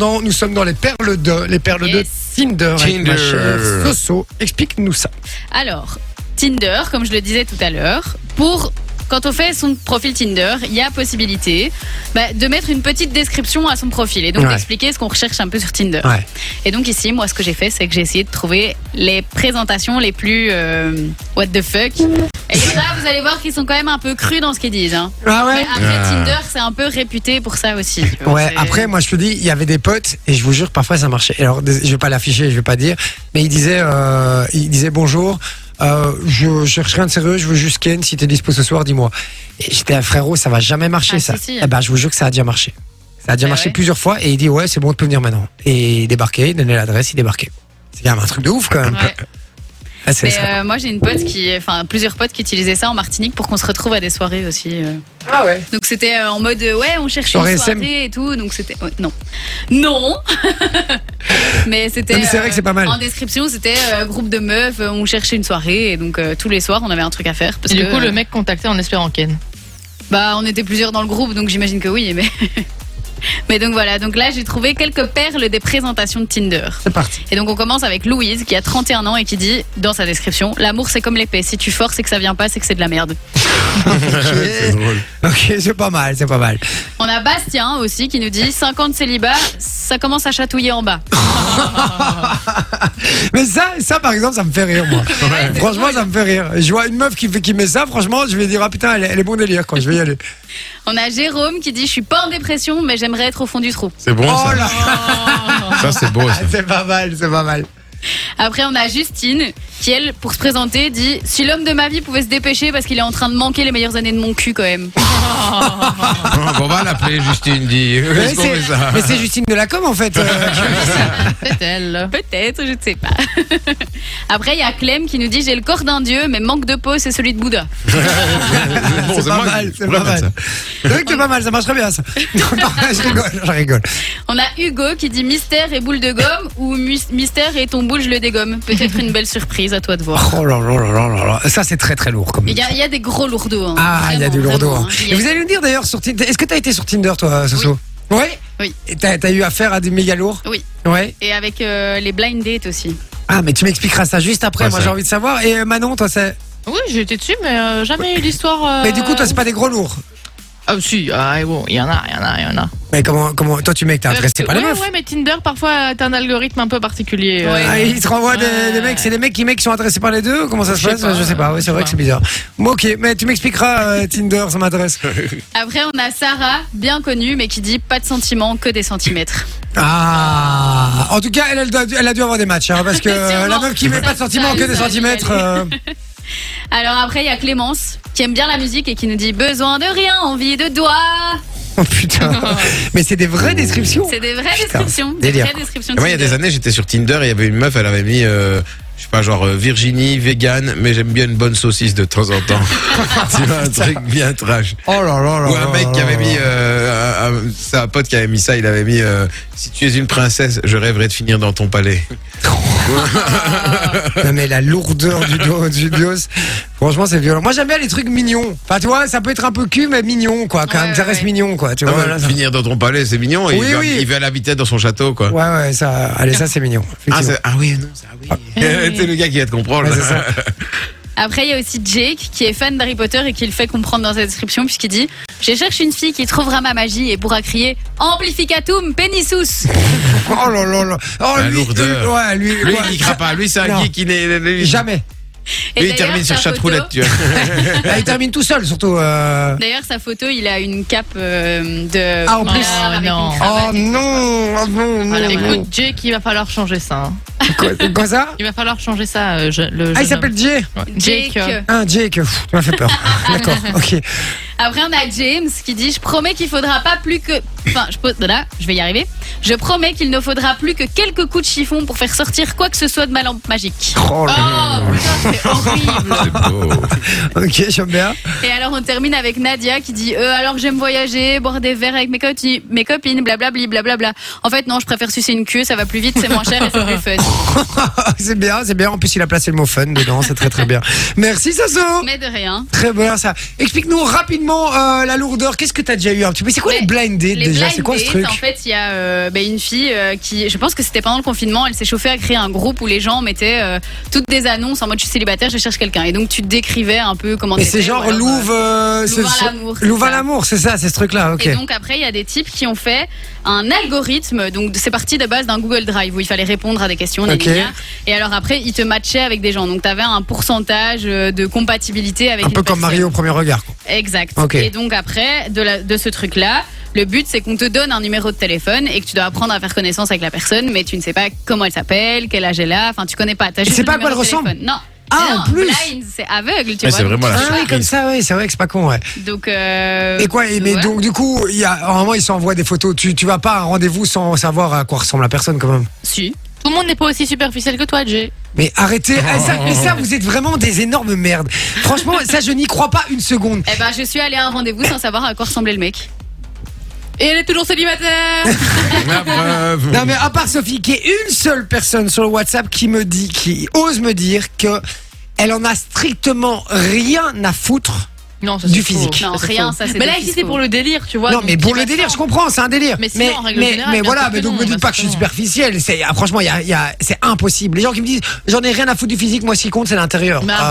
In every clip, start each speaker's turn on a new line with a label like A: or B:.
A: Non, nous sommes dans les perles de, les perles de
B: Yes.
A: Tinder, avec ma
C: Tinder.
A: chère Soso. Explique-nous ça.
B: Alors, Tinder, comme je le disais tout à l'heure, pour quand on fait son profil Tinder, il y a possibilité bah, de mettre une petite description à son profil et donc
A: Ouais.
B: d'expliquer ce qu'on recherche un peu sur Tinder.
A: Ouais.
B: Et donc ici, moi, ce que j'ai fait, c'est que j'ai essayé de trouver les présentations les plus euh, what the fuck. Et ça, vous allez voir qu'ils sont quand même un peu crus dans ce qu'ils disent. hein.
A: Ah
B: Mais
A: ouais.
B: après,
C: Ah.
B: Tinder, c'est un peu réputé pour ça aussi. tu vois,
A: Ouais.
B: c'est-
A: Après, moi, je te dis, il y avait des potes et je vous jure, parfois, ça marchait. Alors, dés- je vais pas l'afficher, je vais pas dire, mais il disait, euh, il disait bonjour. Euh, je cherche rien de sérieux, je veux juste Ken. Si t'es dispo ce soir, dis-moi. Et j'étais un frérot, ça va jamais marcher
B: Ah,
A: ça.
B: si, si.
A: Eh ben, je vous jure que ça a déjà marché. Ça a déjà
B: Ah
A: marché
B: ouais.
A: plusieurs fois et il dit ouais, c'est bon, tu peux venir maintenant. Et il débarquait, il donnait l'adresse, il débarquait. C'est quand même un truc de ouf quand même.
B: Ouais.
A: Ah, c'est
B: Mais
A: ça.
B: euh, moi, j'ai une pote qui, enfin, plusieurs potes qui utilisaient ça en Martinique pour qu'on se retrouve à des soirées aussi. euh.
A: Ah ouais.
B: Donc c'était euh, en mode euh, ouais on cherche
A: Soirée
B: une
A: SM.
B: soirée et tout donc c'était ouais, non non mais c'était euh,
A: Non, mais c'est vrai que c'est pas mal.
B: en description c'était euh, groupe de meufs euh, on cherchait une soirée et donc euh, tous les soirs on avait un truc à faire parce
D: Et
B: que
D: du coup,
B: euh,
D: le mec contacté en espérant Ken.
B: bah on était plusieurs dans le groupe donc j'imagine que oui mais mais donc voilà donc là j'ai trouvé quelques perles des présentations de Tinder
A: C'est parti.
B: et donc on commence avec Louise qui a 31 ans et qui dit dans sa description l'amour c'est comme l'épée si tu forces et que ça vient pas c'est que c'est de la merde
C: c'est drôle.
B: euh,
A: Ok, c'est pas mal, c'est pas mal.
B: on a Bastien aussi qui nous dit 50 célibats ça commence à chatouiller en bas
A: Mais ça, ça par exemple, ça me fait rire, moi. franchement, ça me fait rire. Je vois une meuf qui, fait, qui met ça, franchement, je vais dire, ah putain, elle, est- elle est bon délire, quoi, je vais y aller.
B: On a Jérôme qui dit Je suis pas en dépression, mais j'aimerais être au fond du trou.
C: C'est bon
A: Oh
C: ça.
A: là
C: Ça c'est beau ça.
A: C'est pas mal, c'est pas mal.
B: Après, on a Justine qui, elle, pour se présenter, dit Si l'homme de ma vie pouvait se dépêcher parce qu'il est en train de manquer les meilleures années de mon cul, quand même.
C: Bon, on va l'appeler Justine dit. Est-ce qu'on fait ça
A: mais c'est Justine de la com, en fait. euh,
D: C'est elle.
B: Peut-être, je ne sais pas. Après, il y a Clem qui nous dit J'ai le corps d'un dieu, mais manque de peau, c'est celui de Bouddha.
C: C'est bon,
A: c'est pas
C: moi qui-
A: mal,
C: je
A: c'est
C: pourrais
A: pas
C: mettre
A: mal. C'est vrai que c'est pas mal, ça marcherait bien, ça. Non, non, je rigole, je rigole.
B: On a Hugo qui dit Mystère et boule de gomme ou Mu- Mystère et ton boule, je le dégomme. Peut-être une belle surprise, à toi de voir.
A: Oh là là là là là là. Ça, c'est très très lourd, comme
B: Il y, a- il y a des gros lourdeaux. hein.
A: Ah, il y a
B: Vraiment,
A: du lourdeau.
B: vraiment,
A: hein.
B: hein. Il y
A: Et
B: a-
A: vous allez nous dire d'ailleurs sur Tinder. Est-ce que t'as été sur Tinder, toi, euh, Soso Oui.
B: Oui.
A: Et t'as t'as eu affaire à des méga lourds
B: Oui.
A: Ouais.
B: Et avec euh, les blind dates aussi.
A: Ah, mais tu m'expliqueras ça juste après.
C: Ouais,
A: Moi,
C: ça.
A: j'ai envie de savoir. Et euh, Manon, toi, c'est.
D: Oui, j'ai été dessus, mais euh, jamais eu d'histoire. euh,
A: Mais du coup, toi, c'est pas des gros lourds.
D: Ah, si, ah, et bon, il y en a, il y en a, il y en a.
A: Mais comment, comment, toi, tu mets que t'es intéressé
D: Euh,
A: par les
D: ouais,
A: meufs.
D: ouais, mais Tinder, parfois, t'as un algorithme un peu particulier. euh.
A: Ah, ils te renvoient des,
D: Ouais.
A: des mecs, c'est les mecs qui mecs qui sont intéressés par les deux. Comment ça se
D: Je sais
A: passe
D: pas.
A: Je sais pas. Ouais, c'est vrai que c'est bizarre. Bon, ok, mais tu m'expliqueras euh, Tinder, ça m'intéresse.
B: Après, on a Sarah, bien connue, mais qui dit pas de sentiments, que des centimètres.
A: Ah. En tout cas, elle, elle, doit- elle a dû avoir des matchs, hein, parce que euh,
B: Sûrement.
A: la meuf qui met pas de
B: Ça,
A: sentiments
B: ça,
A: que
B: ça,
A: des
B: ça,
A: centimètres.
B: j'y allais.
A: euh,
B: Alors après, il y a Clémence, qui aime bien la musique et qui nous dit besoin de rien, envie de doigts.
A: Oh putain. mais c'est des vraies descriptions.
B: C'est des vraies
A: Putain,
B: descriptions. Des
A: délire,
B: vraies
A: quoi.
B: descriptions.
C: Et Moi, il y a des années, j'étais sur Tinder et il y avait une meuf, elle avait mis, euh, je sais pas, genre euh, Virginie, vegan, mais j'aime bien une bonne saucisse de temps en temps. tu vois, un truc bien trash.
A: Oh là là là.
C: Ou un
A: là
C: mec
A: là
C: qui avait
A: là
C: mis,
A: là.
C: euh, un- un- c'est un pote qui avait mis ça, il avait mis, euh, si tu es une princesse, je rêverais de finir dans ton palais.
A: Non mais la lourdeur du, do, du bios, franchement c'est violent. Moi j'aime bien les trucs mignons. Enfin tu vois, ça peut être un peu cul mais mignon quoi. Quand
B: Ouais,
A: même, ça
B: ouais,
A: reste
B: ouais.
A: mignon quoi. Tu
C: Ah
A: vois.
C: ouais,
A: là, ça-
C: finir dans ton palais, c'est mignon. et
A: Oui,
C: il, va-
A: oui.
C: il va l'habiter dans son château, quoi.
A: Ouais ouais ça. Allez ça c'est mignon.
C: Ah,
A: effectivement.
C: c'est- oh ah oui, non, c'est ah oui. c'est le gars qui va te comprendre.
A: Ouais, c'est ça.
B: Après, il y a aussi Jake, qui est fan d'Harry Potter et qui le fait comprendre dans sa description, puisqu'il dit Je cherche une fille qui trouvera ma magie et pourra crier Amplificatum penissus.
A: Oh là là là. Oh,
C: La
A: lui,
C: lourdeur.
A: lui, ouais, lui,
C: Lui,
A: ouais.
C: il craint pas. Lui, c'est un
A: Non.
C: geek qui n'est. lui-
A: Jamais.
B: Et
C: Lui, il
B: d'ailleurs,
C: termine sur
B: sa photo-
C: chatroulette, tu vois.
A: Là, il termine tout seul surtout. euh.
B: D'ailleurs, sa photo, il a une cape euh, de.
A: Ah, en plus.
B: Poudlard avec une
D: Oh,
A: Oh
B: cravate.
A: non, oh non, non,
B: Voilà,
A: non.
D: Écoute, Jake, il va falloir changer ça. hein.
A: Quoi, quoi ça
D: Il va falloir changer ça, euh, je- le.
A: Ah il
D: jeune
A: s'appelle Jay.
D: homme. Ouais.
B: Jake.
D: Jake. euh,
A: Un Jay que pff, tu m'as fait peur. D'accord. Ok.
B: Après, on a James qui dit Je promets qu'il faudra pas plus que. Enfin, je, pose- voilà, je vais y arriver. Je promets qu'il ne faudra plus que quelques coups de chiffon pour faire sortir quoi que ce soit de ma lampe magique.
A: Oh là
D: Oh, putain, c'est horrible.
C: C'est beau.
A: là. Ok j'aime bien.
B: Et alors, on termine avec Nadia qui dit Euh, Alors, j'aime voyager, boire des verres avec mes, coti- mes copines, blablabli, blablabla. En fait, non, je préfère sucer une queue, ça va plus vite, c'est moins cher et c'est plus fun.
A: C'est bien, c'est bien. En plus, il a placé le mot fun dedans, c'est très très bien. Merci Sasso.
B: Mais de rien.
A: Très bien ça. Explique-nous rapidement euh, la lourdeur. Qu'est-ce que t'as déjà eu un petit peu C'est quoi
B: Mais
A: les blind dates
B: Les
A: déjà déjà
B: blind
A: C'est quoi ce
B: date,
A: truc
B: En fait, il y a euh, ben, une fille euh, qui, je pense que c'était pendant le confinement, elle s'est chauffée à créer un groupe où les gens mettaient euh, toutes des annonces en mode je suis célibataire, je cherche quelqu'un. Et donc tu te décrivais un peu comment
A: Et
B: t'étais,
A: c'est genre
B: ou alors, euh,
A: Louve. euh, c'est-
B: Louvain l'amour, c'est
A: Louvain
B: ça.
A: l'amour, c'est ça, c'est ce truc-là, ok.
B: Et donc après, il y a des types qui ont fait un algorithme. Donc c'est parti de base d'un Google Drive où il fallait répondre à des questions.
A: Ok.
B: gna, gna. Et alors après, ils te matchaient avec des gens. Donc t'avais un pourcentage euh, de compatibilité avec
A: Un
B: une
A: peu comme
B: personne.
A: Mario au premier regard. quoi.
B: Exact.
A: Ok.
B: Et donc après, de, la- de ce truc-là, le but c'est qu'on te donne un numéro de téléphone et que tu dois apprendre à faire connaissance avec la personne, mais tu ne sais pas comment elle s'appelle, quel âge elle a, enfin tu connais pas. T'as juste
A: c'est
B: le
A: pas à quoi
B: numéro
A: elle
B: de
A: ressemble
B: téléphone. Non.
A: Ah,
B: Non,
A: en plus
B: blind, c'est aveugle, tu
C: Mais
B: vois. euh,
C: c'est vraiment la
A: Ah oui,
C: surprise.
A: comme ça, oui, c'est vrai que c'est pas con, ouais.
B: Donc. euh,
A: Ah. Et quoi, et- mais
B: ouais.
A: donc du coup, il y a, normalement, ils s'envoient des photos. Tu, tu vas pas à un rendez-vous sans savoir à quoi ressemble la personne quand même.
B: Si.
D: Tout le monde n'est pas aussi superficiel que toi, Jay.
A: Mais arrêtez, Ah, ça, mais ça, vous êtes vraiment des énormes merdes. Franchement, ça, je n'y crois pas une seconde.
B: Eh ben, je suis allée à un rendez-vous sans savoir à quoi ressemblait le mec.
D: Et elle est toujours célibataire
C: La preuve.
A: Non mais à part Sophie, qui est une seule personne sur le WhatsApp qui me dit, qui ose me dire que elle en a strictement rien à foutre.
D: Non, ça,
A: Du
D: c'est faux.
A: physique.
B: Non,
D: c'est
B: rien,
D: faux.
B: ça, c'est des
D: Mais là, ici, c'est
B: fiscaux.
D: pour le délire, tu vois.
A: non
D: donc
A: mais
D: tu
A: pour
D: vas
A: le délire,
D: sans.
A: je comprends, c'est un délire.
D: Mais sinon, en règle
A: mais,
D: générale,
A: mais
D: bien
A: voilà,
D: sûr que
A: mais donc
D: non,
A: me dites
D: bien
A: pas
D: sûr
A: que je suis
D: que non.
A: superficiel. C'est ah, franchement, il y a, il y a- c'est impossible. Les gens qui me disent, j'en ai rien à foutre du physique, moi ce qui compte c'est l'intérieur.
D: Mais
A: Euh,
D: Bah,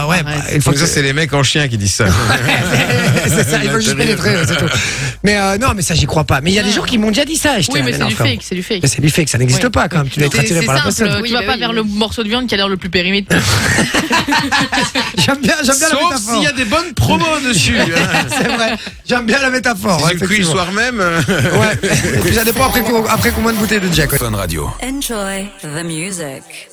D: arrête,
A: ouais,
D: arrête.
A: bah, il faut
C: Donc
A: que
C: ça, c'est les mecs en chien qui disent ça.
A: c'est ça, ils veulent juste
C: L'intérieur.
A: pénétrer, c'est tout. Mais euh, non, mais ça j'y crois pas. Mais il y a des gens qui m'ont déjà dit ça. et j'étais
D: Oui,
A: là,
D: mais c'est
A: non,
D: du
A: frère.
D: fake, c'est du fake.
A: Mais c'est du fake, ça n'existe
D: Oui.
A: pas quand même. Tu dois être
D: C'est
A: attiré
D: c'est
A: par la
D: simple, euh,
A: personne.
D: tu vas
B: Oui, bah
D: pas
B: oui,
D: vers
B: oui.
D: le morceau de viande qui a l'air le plus périmé.
A: J'aime bien, j'aime bien la
C: Sauf
A: métaphore.
C: s'il y a des bonnes promos dessus. hein.
A: C'est vrai. J'aime bien la métaphore.
C: Si
A: ouais,
C: tu le cuis le
A: effectivement.
C: soir même. euh,
A: Ouais. Et puis ça dépend après, qu'on- après combien de bouteilles de Jack. ouais.
E: Fun Radio.
F: Enjoy the music.